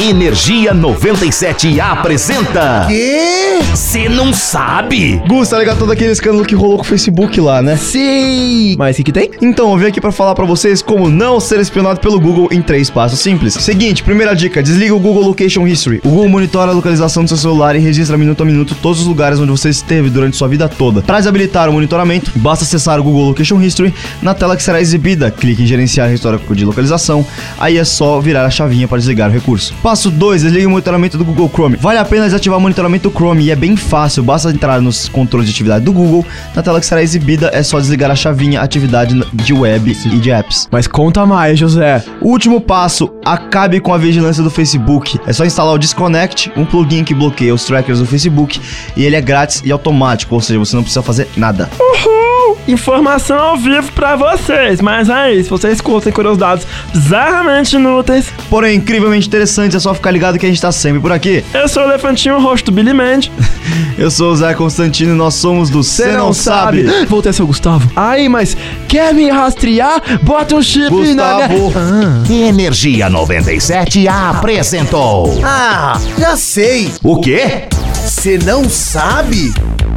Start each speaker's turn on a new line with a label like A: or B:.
A: Energia 97 apresenta.
B: Quê?
A: Você não sabe?
B: Gus, tá ligado todo aquele escândalo que rolou com o Facebook lá, né?
C: Sim!
B: Mas o que, que tem? Então, eu vim aqui pra falar pra vocês como não ser espionado pelo Google em três passos simples. Seguinte, primeira dica, desliga o Google Location History. O Google monitora a localização do seu celular e registra minuto a minuto todos os lugares onde você esteve durante sua vida toda. Para desabilitar o monitoramento, basta acessar o Google Location History na tela que será exibida. Clique em gerenciar histórico de localização, aí é só virar a chavinha para desligar o recurso. Passo 2, desligue o monitoramento do Google Chrome. Vale a pena desativar o monitoramento do Chrome e é bem fácil, basta entrar nos controles de atividade do Google, na tela que será exibida é só desligar a chavinha atividade de web e de apps.
C: Mas conta mais, José.
B: Último passo, acabe com a vigilância do Facebook. É só instalar o Disconnect, um plugin que bloqueia os trackers do Facebook, e ele é grátis e automático, ou seja, você não precisa fazer nada.
D: Informação ao vivo pra vocês, mas aí, se vocês curtem curiosidades bizarramente inúteis,
B: Porém, é incrivelmente interessante, é só ficar ligado que a gente tá sempre por aqui.
D: eu sou o elefantinho roxo do Billy Mandy.
B: Eu sou o Zé Constantino e nós somos do Cê Não Sabe.
C: Voltei a ser o Gustavo. Aí, mas quer me rastrear? Bota um chip na minha...
B: Gustavo.
A: Energia 97 apresentou.
E: Ah, já sei.
A: O quê?
E: Você não sabe?